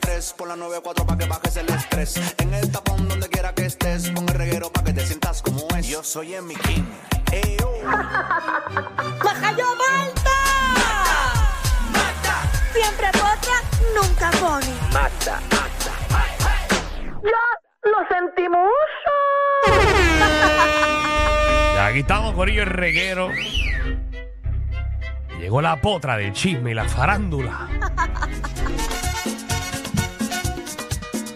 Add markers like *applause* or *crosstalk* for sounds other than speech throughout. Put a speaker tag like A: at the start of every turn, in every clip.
A: 3. Por la 94 para que bajes el estrés. En el tapón, donde quiera que estés. Pon el reguero para que te sientas como es. oh. Yo soy en mi king. Eyo.
B: ¡Majayo Malta! Siempre potra, nunca pone.
C: Aquí estamos, Corillo el reguero. Llegó la potra del chisme y la farándula.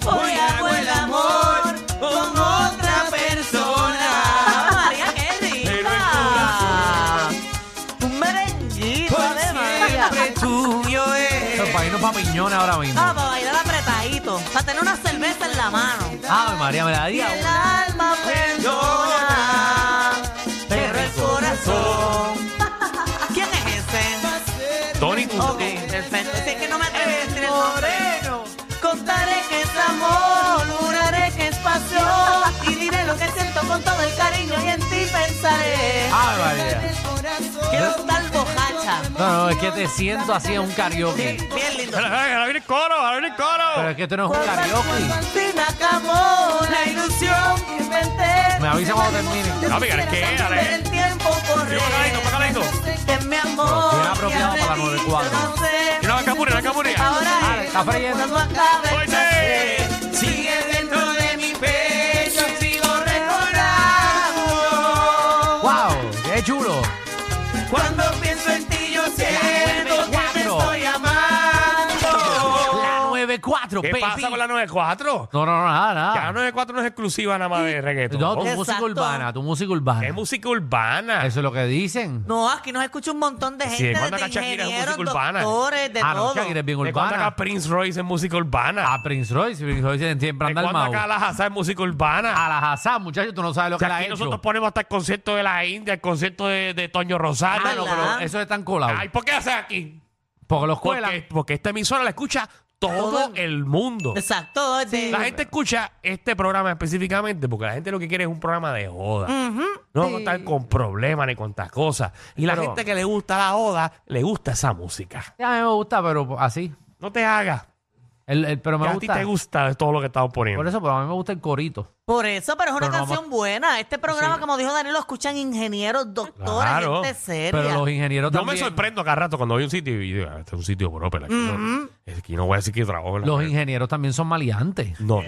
D: Hoy hago el amor con otra persona. *laughs* María, qué rica. Un merenguito de María. tuyo es.
E: Para irnos para Piñones ahora mismo.
D: Ah, para bailar apretadito. Para tener una cerveza en la mano.
E: Ave María, me la di a
D: El alma perdona, pero el corazón. *laughs* ¿Quién es ese?
C: Tony, tú-
D: Ok, perfecto. Si es que no me atrevo a decir el moreno. Contaré que es amor, juraré que es pasión. Y diré lo que siento con todo el cariño y en ti pensaré.
E: Ave María.
D: Quiero estar bojacha.
E: No, no, es que te siento así en un karaoke.
D: Bien lindo.
C: Ahora viene el coro, ahora viene el
E: Pero
C: coro.
E: es que esto no es un karaoke.
D: Si me acabó la ilusión que inventé.
E: Me avisa cuando termine.
C: No, mira, es que dale.
D: El tiempo corre.
C: Yo, pagadito, pagadito.
D: Que mi amor.
E: Bien apropiado para la 94.
C: Y no, la capurria, la capurria.
D: Ahora
E: está friendo.
D: cuando acabe el
C: Oye.
D: placer, Sigue dentro de mi pecho. Sigo recordando.
E: ¡Wow! ¡Qué chulo!
D: Cuando pienso en ti, yo siento que me
E: Cuatro.
D: estoy amando.
E: La 94,
C: ¿Qué
E: baby.
C: pasa con la 94?
E: No, no, no, nada,
C: Que la
E: nada.
C: 94 no es exclusiva nada más de reggaetón.
E: Ah. No, tu
D: Exacto.
E: música urbana, tu música
C: Es
E: urbana.
C: música urbana.
E: Eso es lo que dicen.
D: No, aquí nos escucha un montón de
C: Sí,
D: gente,
C: ¿cuándo
D: de
C: acá Shakira es
D: ingenieros,
C: música urbana?
D: doctores, de
E: Ah, no,
D: todo.
E: Shakira es bien
C: ¿De cuándo
E: urbana.
C: acá Prince Royce es música urbana?
E: A Prince Royce, Prince Royce siempre
C: ¿De
E: anda
C: cuándo acá
E: armado.
C: la Hazza es música urbana?
E: A la Hazam, muchachos, tú no sabes lo
C: O sea,
E: que la ha
C: aquí nosotros
E: hecho.
C: ponemos hasta el concierto de la India, el concierto de, de Toño Rosario.
E: Ah, no, pero eso es tan
C: Ay,
E: colado.
C: ¿por qué haces aquí?
E: Porque los
C: Porque,
E: cuelan.
C: porque esta emisora la escucha todo
D: Todo.
C: el mundo.
D: Exacto. de-
C: La gente escucha este programa específicamente porque la gente lo que quiere es un programa de joda. No contar con problemas ni con estas cosas. Y la
E: Pero-
C: gente que le gusta la joda, le gusta esa música.
E: A mí me gusta, pero así.
C: No te hagas.
E: El, el- pero
C: que
E: me
C: a ti
E: gusta.
C: te gusta todo lo que estamos poniendo.
E: Por eso, pero a mí me gusta el corito.
D: Por eso, pero es una
E: Pero no
D: canción buena. Este programa, como dijo Daniel, lo escuchan ingenieros, doctores,
C: Claro,
D: gente seria.
E: Pero los ingenieros
C: Yo me
E: también.
C: sorprendo cada rato cuando voy a un sitio y digo, "Ah, este es un sitio propio. Aquí, no, es que no voy a decir que trabajo. en la
E: Los
C: red".
E: ingenieros también son maleantes.
C: No.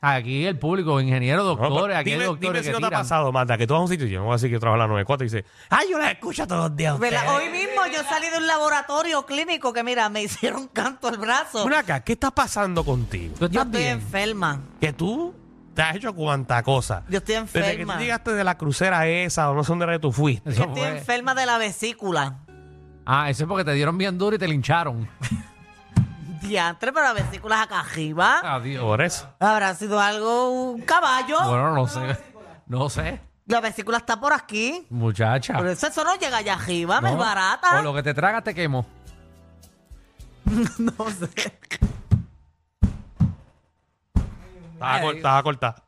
E: Aquí el público, ingenieros,
C: No, pero
E: doctores, aquí
C: dime,
E: hay
C: dime
E: doctores
C: si
E: que
C: no te ha
E: tiran.
C: pasado, Marta, que tú vas a un sitio y yo no voy a decir que yo trabajo en la 94 y dice, ay, yo la escucho todos los días. a
D: ¿Verdad?
C: ustedes".
D: Hoy mismo yo salí de un laboratorio clínico que, mira, me *laughs* hicieron canto al brazo.
C: Ven acá, ¿qué está pasando contigo?
E: Tú
D: Yo
E: estás
D: estoy
E: bien.
D: enferma.
C: Que tú te has hecho cuanta cosa.
D: Yo estoy
C: Desde que tú
D: enferma. Yo
C: llegaste de la crucera esa o no sé dónde era que tú fuiste.
E: Eso pues.
D: estoy
E: fue-
D: enferma de la vesícula.
E: Ah, eso es porque te dieron bien duro y
C: *laughs*
E: te lincharon.
D: Diantre, pero la vesícula es acá arriba.
E: Adiós.
C: Por eso.
D: Habrá sido algo, un caballo.
E: Bueno, no sé. No sé,
D: La vesícula está por aquí.
E: muchacha.
D: Pero eso, eso no llega allá arriba, me
E: No,
D: es barata. *laughs*
E: O lo que te tragas te quemo.
D: No
E: *laughs*
D: sé.
C: Estaba cortada, estaba cortada.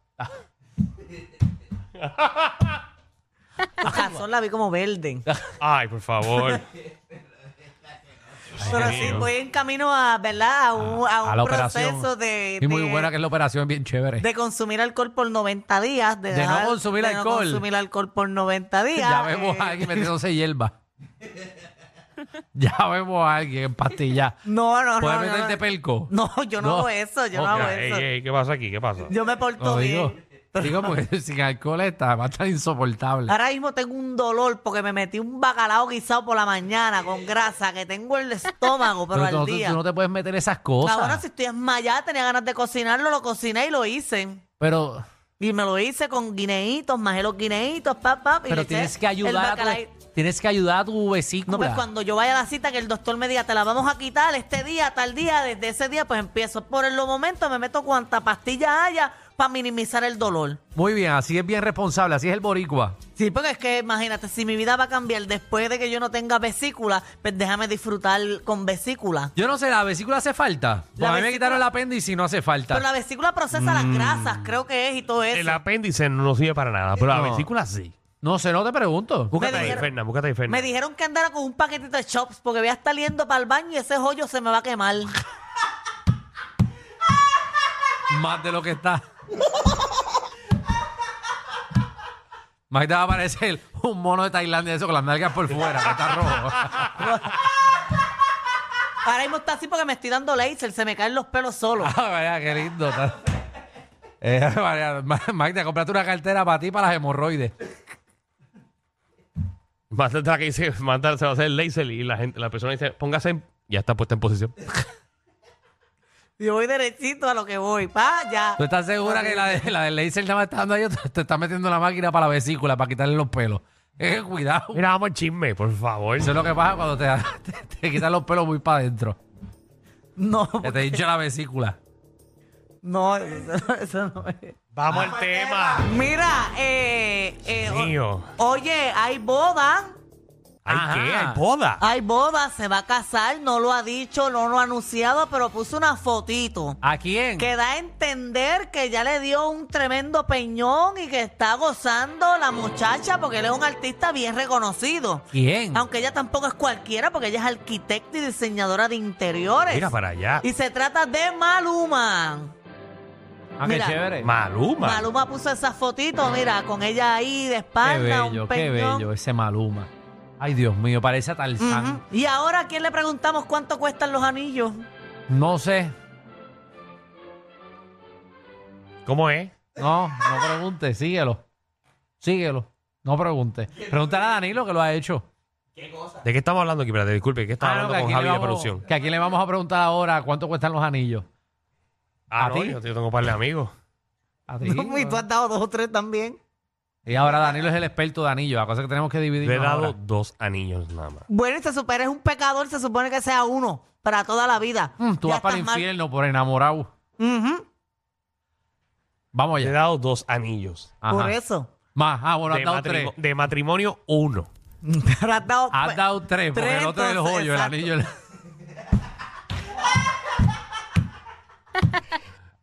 D: La razón la vi como
E: *laughs*
D: verde.
C: Ay, por favor.
D: Pero
C: Dios
D: sí,
C: mío.
D: voy en camino a, ¿verdad? A un, a un
E: la
D: proceso
E: operación.
D: de,
E: Y muy
D: de-
E: buena que es la operación, bien chévere.
D: de consumir alcohol por 90 días. De,
E: De no
D: dejar-
E: consumir
D: de no
E: alcohol.
D: consumir alcohol por 90 días.
E: *laughs* *laughs* Ya vemos
D: eh,
E: a alguien
D: *laughs*
E: metiéndose hierba. ya vemos a alguien en pastilla.
D: No, no, no.
E: ¿Puedes
D: no,
E: meterte
D: no.
E: pelco?
D: No, yo no,
E: No.
D: hago eso, yo
E: Ok.
D: no hago
C: Mira, ey,
D: eso.
C: ey, ¿Qué pasa aquí? ¿Qué pasa?
D: Yo me porto
E: Lo
D: *laughs*
E: digo.
D: bien.
E: Digo, porque *laughs* sin alcohol está, va a estar insoportable.
D: Ahora mismo tengo un dolor porque me metí un bacalao guisado por la mañana con grasa, que tengo el estómago, pero,
E: tú,
D: al
E: no- tú-
D: día.
E: tú no te puedes meter esas cosas.
D: Ahora si estoy esmayada, tenía ganas de cocinarlo, lo cociné y lo hice.
E: Pero,
D: Y me lo hice con guineitos, majé los guineitos, pap, pap. y le
E: pero
D: eché
E: tienes que
D: el
E: ayudar a
D: bacalaí-
E: tu, tienes que ayudar a tu vesícula.
D: No, pues cuando yo vaya a la cita, que el doctor me diga, te la vamos a quitar este día, tal día, desde ese día, pues empiezo. Por el momento me meto cuanta pastilla haya para minimizar el dolor.
E: Muy bien, así es bien responsable, así es el boricua.
D: Sí, porque es que imagínate, si mi vida va a cambiar después de que yo no tenga vesícula, pues déjame disfrutar con vesícula.
E: Yo no sé, la vesícula hace falta. Porque a mí
D: vesícula-
E: me quitaron el apéndice y no hace falta.
D: Pero la vesícula procesa
E: Mm.
D: las grasas, creo que es, y todo eso.
C: El apéndice no sirve para nada, pero la
E: No.
C: vesícula sí.
E: No sé, no te pregunto.
C: Búscate ahí,
D: dijeron-
C: Fernan, búscate ahí, Fernan.
D: Me dijeron que andara con un paquetito de chops porque voy a estar yendo para el baño y ese joyo se me va a quemar.
E: Más de lo que está. Más te va a aparecer un mono de Tailandia, eso con las nalgas por fuera, que está rojo.
D: Ahora mismo está así porque me estoy dando laser, se me caen los pelos solos.
E: Ah, María, qué lindo. está. Eh, *laughs* María, Ma- Mike, te compraste una cartera para ti para las hemorroides.
C: Más de la que dice, más tarde se va a hacer el laser y la, gente, la persona dice, póngase en... Ya está puesta en posición.
D: Yo voy derechito a lo que voy, pa, ya.
E: ¿Tú estás segura que la, de, la del laser nada más está dando ahí? Te, te está metiendo la máquina para la vesícula, para quitarle los pelos. Eh, cuidado.
C: Mira, vamos al chisme, por favor.
E: Eso es lo que pasa cuando te, *laughs* te- te quitan los pelos muy para adentro.
D: No,
E: Que te hincha la vesícula.
D: no, eso, eso no es.
C: Vamos al tema.
D: Mira, eh, eh, o-
C: Mío.
D: oye, hay boda,
C: ¿Hay
E: Ajá.
C: qué? ¿Hay boda?
D: hay boda, se va a casar, no lo ha dicho, no lo ha anunciado, pero puso una fotito.
E: ¿A quién?
D: Que da a entender que ya le dio un tremendo peñón y que está gozando la muchacha porque él es un artista bien reconocido.
E: ¿Quién?
D: Aunque ella tampoco es cualquiera porque ella es arquitecta y diseñadora de interiores.
C: Mira para allá.
D: Y se trata de Maluma.
E: Ah, qué
D: mira.
E: chévere.
C: Maluma.
D: Maluma puso esas fotitos, mira, con ella ahí de
E: Qué
D: espalda,
E: bello,
D: un
E: qué
D: peñón.
E: bello ese Maluma. Ay, Dios mío, parece a
D: Ujú.
E: Tarzán.
D: Y ahora, ¿a quién le preguntamos cuánto cuestan los anillos?
E: No sé.
C: ¿Cómo es?
E: No, no pregunte, síguelo. Síguelo. No pregunte. Pregúntale a Danilo que lo ha hecho.
C: ¿De qué estamos hablando aquí? Espérate, disculpe, ¿qué estaba
E: Ah, no,
C: hablando con
E: aquí le
C: Javi de
E: vamos-
C: producción?
E: que aquí le vamos a preguntar ahora cuánto cuestan los anillos.
C: Ah,
E: ¿A
C: no,
E: ti?
C: yo, yo tengo un par de amigos.
E: A ti,
D: *laughs* y tú
E: ¿no? pues,
D: has dado dos o tres también.
E: Y ahora Danilo es el experto de anillos, la cosa que tenemos que dividir.
C: Le he dado dos anillos nada más.
D: Bueno, y se supone, es un pecador, se supone que sea uno para toda la vida.
E: Mm, tú
D: Ya
E: vas para el
D: estás mal.
E: infierno por enamorado.
D: Ujú,
E: Vamos
C: Le he
E: allá.
C: dado dos anillos.
E: Ajá.
D: Por eso.
E: *laughs* Más, ah, bueno, has
C: De,
E: dado
C: matrimo-
E: tres.
C: de matrimonio, uno.
D: Pero has dado,
E: Has dado tres, porque
D: Pues, Tres,
E: el otro es el
D: entonces,
E: hoyo, el
D: exacto.
E: anillo. el-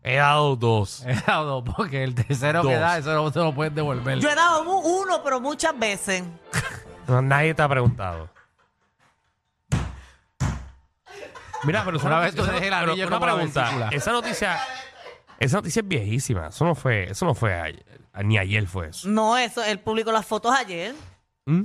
C: He dado dos.
E: *laughs* He dado dos, porque el tercero que
C: Dos.
E: da, eso no te lo puedes devolver.
D: Yo he dado mu- uno, pero muchas veces.
C: No, nadie te ha preguntado. Mira, pero
E: Una vez tú
C: esa no-
E: dejes el
C: pero
E: anillo
C: una
E: como la
C: pregunta.
E: vesícula.
C: Esa noticia, esa noticia es viejísima. Eso no fue, eso no fue ayer, ni ayer fue eso.
D: No, eso, él publicó las fotos ayer.
C: ¿Mm?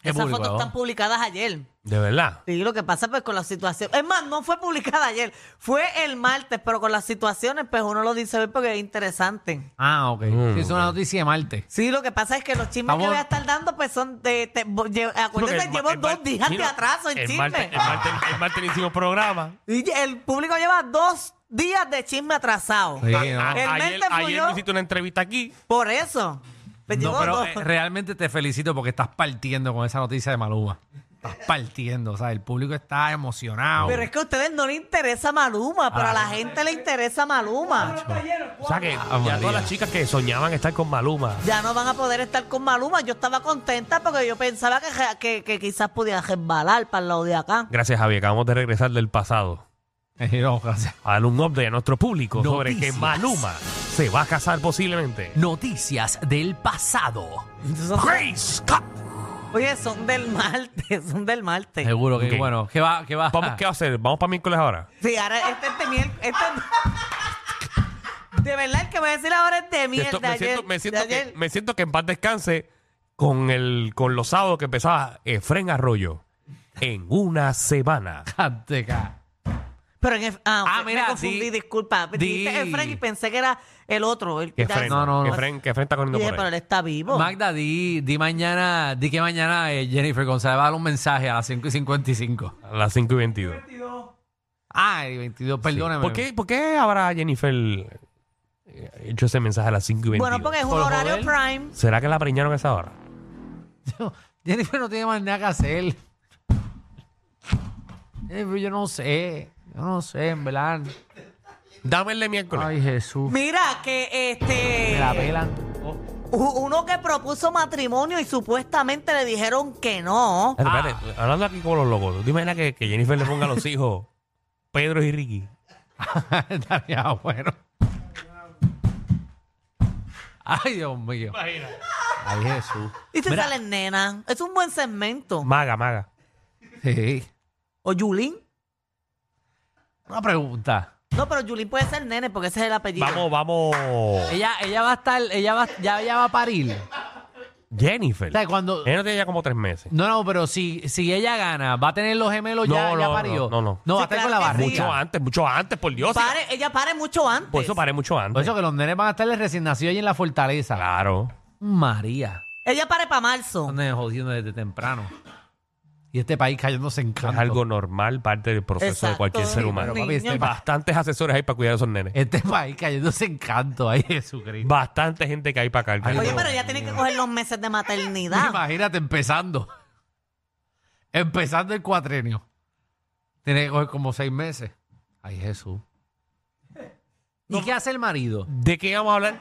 E: ¿Qué
D: Esas
E: publicó?
D: fotos están publicadas ayer.
C: De verdad.
D: Sí, lo que pasa pues con la situación. Es más, no fue publicada ayer, fue el martes, pero con las situaciones, pues uno lo dice hoy porque es interesante.
E: Ah, ok.
C: Mm,
E: Sí, es una noticia de Marte.
D: Sí, lo que pasa es que los chismes
E: Vamos-
D: que voy a estar dando, pues son de. te- bo- lle-
C: Porque
D: acuérdense,
C: el ma-
D: Pues llevo
C: el
D: dos
C: mar-
D: días
C: sí,
D: de
C: no,
D: atraso en
C: el
D: chisme.
C: martes- el martes- el martes hicimos programa.
D: Y el público lleva dos días de chisme atrasado.
E: Sí, no.
C: A-
D: El
C: ayer,
D: mente
C: ayer
D: fluyó.
C: me hiciste una entrevista aquí.
D: Por eso. Pues
E: No,
D: llevo
E: pero
D: dos.
E: eh, realmente te felicito porque estás partiendo con esa noticia de Maluma. Estás partiendo, o sea, el público está emocionado.
D: Pero es que a ustedes no les interesa Maluma, pero a la gente le interesa Maluma.
C: O sea que
E: Ah,
C: ya
E: María.
C: todas las chicas que soñaban estar con Maluma.
D: Ya no van a poder estar con Maluma. Yo estaba contenta porque yo pensaba que, que- que quizás pudiera resbalar para el lado
C: *laughs*
D: de acá.
C: Gracias, Javi. Acabamos de regresar del pasado.
E: Eh, no, gracias.
C: A darle un update a nuestro público sobre que
E: Noticias.
C: Maluma se va a casar posiblemente.
E: Noticias del pasado.
C: Grace Scott.
D: Oye, son del martes, son del martes.
E: Seguro que
C: Ok.
E: bueno. ¿Qué va? ¿Qué va?
C: Vamos,
E: *laughs*
C: ¿Qué va a hacer? ¿Vamos para miércoles ahora?
D: Sí, ahora este es de miel- este- de verdad, el que voy a decir ahora es de mierda.
C: Esto- me,
D: ayer,
C: siento, me, siento
D: de ayer.
C: que, me siento que en paz descanse con, el, con los sábados que empezaba Efren Arroyo. En una semana.
E: Canteca.
D: Pero en el- ah,
E: Ah,
D: me-
E: mira,
D: me confundí,
E: di-
D: disculpa.
E: di-
D: Dijiste Efren y pensé que era el otro. El,
C: Que
D: ya-
C: Efren,
E: No, no,
C: que
E: no.
C: Efren- que Efren está corriendo
D: Dije,
C: por
D: pero
C: ahí.
D: él está vivo.
E: Magda, di, di mañana, di que mañana eh, Jennifer González va a dar un mensaje a las 5 y 55.
C: A las 5 y 22.
E: Ay, 22, perdóname.
C: ¿Por qué, por qué habrá Jennifer eh, hecho ese mensaje a las 5 y 22?
D: bueno, porque es un
E: Por
D: horario
E: joder.
D: prime.
C: ¿Será que la preñaron a esa hora?
E: *laughs* Jennifer no tiene más nada que hacer. Jennifer, yo no sé. Yo no sé, en verdad.
C: Dame el de miércoles.
E: Ay, Jesús.
D: Mira, que este.
E: Me la pelan. Oh. *laughs*
D: U- Uno que propuso matrimonio y supuestamente le dijeron que no.
C: Espérate, espérate, hablando aquí con los locos, ¿tú imaginas que, que Jennifer le ponga a los hijos *laughs* Pedro y Ricky?
E: Estaría ah, bueno. Ay, Dios mío. Ay, Jesús.
D: Y se
E: Mira.
D: salen nenas. Es un buen segmento.
C: Maga, maga.
E: Sí.
D: O Yulín.
E: Una pregunta.
D: No, pero Yulín puede ser nene porque ese es el apellido.
C: Vamos, vamos.
E: Ella, ella va a estar, ella va, ya, ya va a parir.
C: Jennifer.
E: O sea, cuando.
C: Ella no tiene ya como tres meses.
E: No, no, pero si, si ella gana, va a tener los gemelos ya,
C: No,
E: ya
C: no,
E: parió.
C: no, no, no.
E: va a
D: Sí,
E: estar
D: claro
E: con la
D: que sí.
E: barriga.
C: Mucho antes, mucho antes, por Dios.
D: Pare- ella pare mucho antes.
C: Por eso paré mucho antes.
E: Por eso que los nenes van a estar recién nacidos allí en la fortaleza.
C: Claro.
E: María.
D: Ella pare para marzo.
E: Están jodiendo desde temprano. Y este país cayéndose en
C: Es
E: canto.
C: algo normal, parte del proceso de
D: Exacto.
C: cualquier ser
D: Sí,
C: humano.
E: pero, papi,
D: Niño,
E: este va-
C: Bastantes asesores hay para cuidar a esos nenes.
E: Este país cayéndose en canto. Ay, Jesucristo.
C: Bastante gente que hay para acá.
E: Ay,
D: Oye,
E: no.
D: pero ella tiene que coger los meses de maternidad.
E: Imagínate empezando. Empezando el cuatrenio. Tiene que coger como seis meses. Ay, Jesús. ¿Y qué hace el marido?
C: ¿De qué vamos a hablar?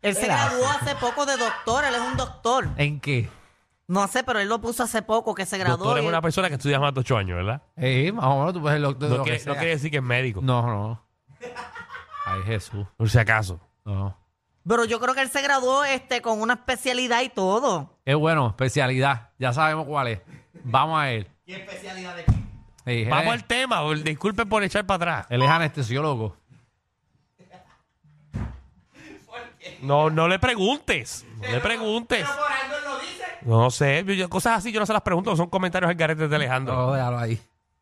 D: Él se
E: Era.
D: graduó hace poco de doctor, él es un doctor.
E: ¿En qué?
D: No sé, pero él lo puso hace poco que se graduó.
C: Doctor es
D: y-
C: una persona que estudia más de 8 años, ¿verdad?
E: Eh, más o menos tú puedes el doctor.
C: No,
E: lo que
C: quiere, no
E: sea.
C: quiere decir que es médico,
E: no, no. Ay, Jesús.
C: por si acaso.
E: No.
D: Pero yo creo que él se graduó este con una especialidad y todo.
E: Es bueno, especialidad. Ya sabemos cuál es. Vamos a él. ¿Qué especialidad de qué?
C: Vamos al tema, o- disculpen por echar para atrás.
E: Él es anestesiólogo.
C: No, no le preguntes, no le preguntes. No sé, yo- yo- cosas así yo no se las pregunto, son comentarios al garete de Alejandro.
E: No, déjalo ahí.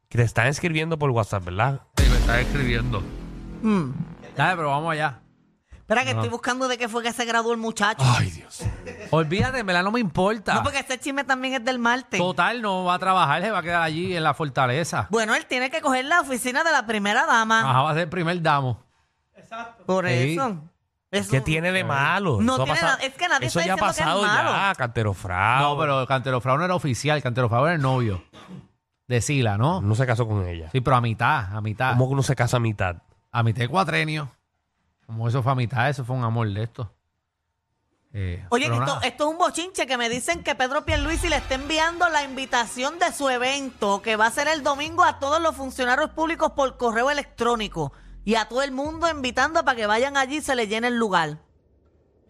C: Que te están escribiendo por WhatsApp, ¿verdad?
E: Sí, me está escribiendo.
D: Mm.
E: Dale, pero vamos allá.
D: Espera, que estoy buscando de qué fue que se graduó el muchacho.
C: Ay, Dios.
E: Olvídate, en verdad no me importa.
D: No, porque este chisme también es del martes.
E: Total, no va a trabajar, se va a quedar allí en la fortaleza.
D: Bueno, él tiene que coger la oficina de la primera dama.
E: Ajá, va a ser el primer damo.
D: Por
E: Ah, Sí.
D: eso. Eso-
C: ¿Qué tiene de malo?
D: No
C: Eso ha
D: tiene
C: pasado-
D: nada- es que nadie
C: Eso
D: está
C: ya ha
D: diciendo que es
C: pasado ya,
D: malo.
C: Cantero Frao.
E: Ah, No, pero Canterofrao no era oficial, Canterofrao era el novio de Sila, ¿no?
D: Mm.
C: No se casó con ella.
E: Sí, pero a mitad, a mitad.
C: ¿Cómo que uno se casa a mitad? *laughs*
E: A mitad de cuatrenio. Como eso fue a mitad, eso fue un amor de esto. Eh,
D: Oye, que
E: pero
D: esto,
E: nada.
D: esto es un bochinche que me dicen que Pedro Pierluisi le está enviando la invitación de su evento que va a ser el domingo a todos los funcionarios públicos por correo electrónico y a todo el mundo invitando para que vayan allí y se le llene el lugar.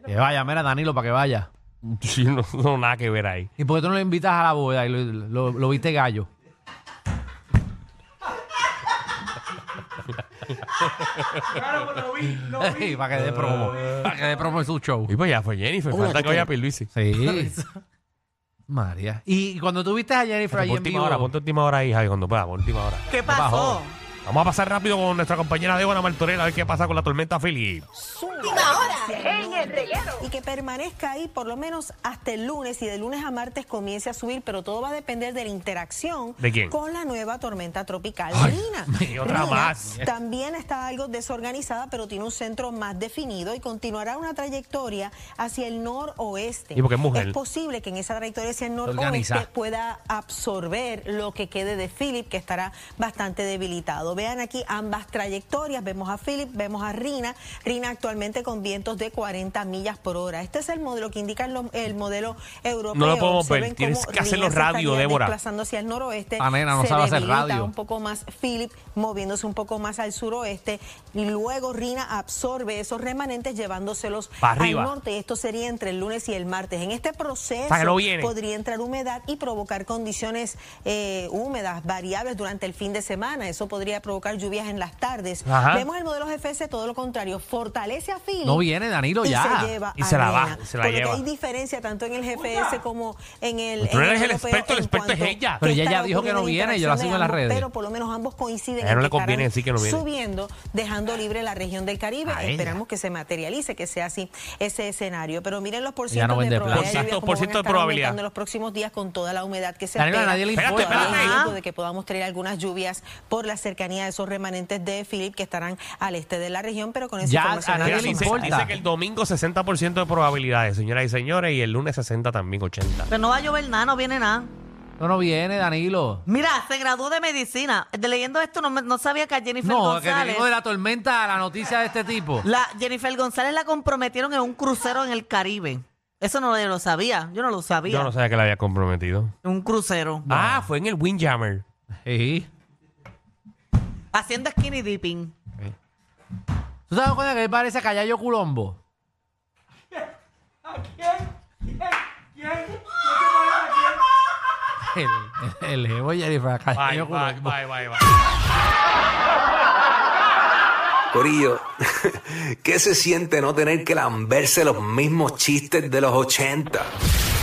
E: Que vaya, mira, Danilo, para que vaya.
C: Sí, no, no nada que ver ahí.
E: ¿Y por qué tú no lo invitas a la boda y lo, lo- lo viste gallo? *laughs* Claro, pues lo vi, para que dé promo. Para que dé promo en su show.
C: Y pues ya fue Jennifer, falta que vaya Pierluisi.
E: Sí. María. Y cuando tú viste a Jennifer ahí
C: Ponte
E: en
C: última
E: vivo,
C: hora, ponte última hora ahí, Javi, cuando pueda, ponte última hora.
D: ¿Qué pasó?
C: Vamos a pasar rápido con nuestra compañera Débora Martorell a ver qué pasa con la tormenta Philip.
F: y que permanezca ahí por lo menos hasta el lunes y de lunes a martes comience a subir, pero todo va a depender de la interacción
C: ¿De quién?
F: con la nueva tormenta tropical
C: Ay,
F: Nina.
C: *laughs* y otra
F: Nina
C: más.
F: También está algo desorganizada, pero tiene un centro más definido y continuará una trayectoria hacia el noroeste.
C: ¿Y por qué es mujer?
F: posible que en esa trayectoria hacia el noroeste
E: Organiza.
F: pueda absorber lo que quede de Philip, que estará bastante debilitado. Vean aquí ambas trayectorias, vemos a Philip, vemos a Rina. Rina actualmente con vientos de 40 millas por hora. Este es el modelo que indica lo- el modelo europeo.
C: No lo podemos
F: Observen
C: ver, tienes
F: cómo
C: que hacerlo
F: Rina se
C: radio,
F: estaría
C: Débora.
F: Desplazando hacia el noroeste.
E: Ah, nena, no
F: se
E: sabe hacer
F: debilita
E: radio.
F: un poco más Philip, moviéndose un poco más al suroeste. Y luego Rina absorbe esos remanentes llevándoselos
C: Pa'
F: al
C: arriba.
F: norte. Y esto sería entre el lunes y el martes. En este proceso
C: O sea, que no viene.
F: podría entrar humedad y provocar condiciones eh, húmedas, variables durante el fin de semana. Eso podría provocar lluvias en las tardes.
C: Ajá.
F: Vemos el modelo GFS, todo lo contrario. Fortalece a Philip.
E: No viene Danilo
F: y
E: ya.
F: se lleva
C: Y
F: a
C: se la va,
F: Rina.
C: se la
F: Por lo que
C: lleva.
F: hay diferencia tanto en el GFS como en el.
C: Pero tú
F: en
C: eres el
F: europeo
C: experto, el
F: en
C: experto
F: cuanto
C: es ella.
F: que
E: Pero ella
F: estará
E: ya dijo que no
F: ocurriendo
E: viene, yo la
F: interacción
E: sigo
F: de
E: en las
F: ambos,
E: redes.
F: Pero por lo menos ambos coinciden.
C: A ella
F: en
C: no
F: que
C: le conviene
F: estarán
C: decir que no viene. Ah.
F: Subiendo, dejando libre la región del Caribe.
E: A ella.
F: Esperamos que se materialice, que sea así ese escenario. Pero miren los
E: Ella
F: porcientos
E: no
F: de
E: vende plan.
F: probabilidad. de lluvia,
C: Cientos por
F: cómo van a
C: ciento de
F: estar
C: probabilidad.
F: aumentando en los próximos días con toda la humedad que se
E: Daniel, a
F: espera.
E: nadie le
C: Espérate,
E: importa. Ah.
C: espérate.
F: Hay
D: Ajá.
F: riesgo de que podamos tener algunas lluvias por la cercanía de esos remanentes de Philip que estarán al este de la región, pero con esa
E: Ya,
F: información
E: a nadie
F: ya
E: le
F: somos
C: dice,
E: importa.
C: dice que el domingo 60% de probabilidades, señoras y señores, y el lunes 60 también, 80.
D: Pero no va a llover nada, no viene nada.
E: No, no viene Danilo.
D: Mira, se graduó de medicina. De leyendo esto no, me- no sabía que a Jennifer
E: No, que te
D: González.
E: digo de la tormenta a la noticia de este tipo.
D: La Jennifer González la comprometieron en un crucero en el Caribe. Eso no lo sabía. Yo no lo sabía.
C: Yo no sabía que la había comprometido.
D: Un crucero.
C: Ah, fue en el Windjammer.
E: Sí.
D: Haciendo skinny dipping.
E: ¿Tú te das cuenta que él parece a Callayo Culombo? El, el, el jevo Jennifer, a Callayo Culombo.
C: bye, bye.
G: Corillo, *laughs* ¿qué se siente no tener que lamberse los mismos chistes de los 80?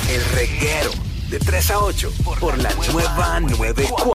G: El reguero de 3 a 8 por la nueva 94.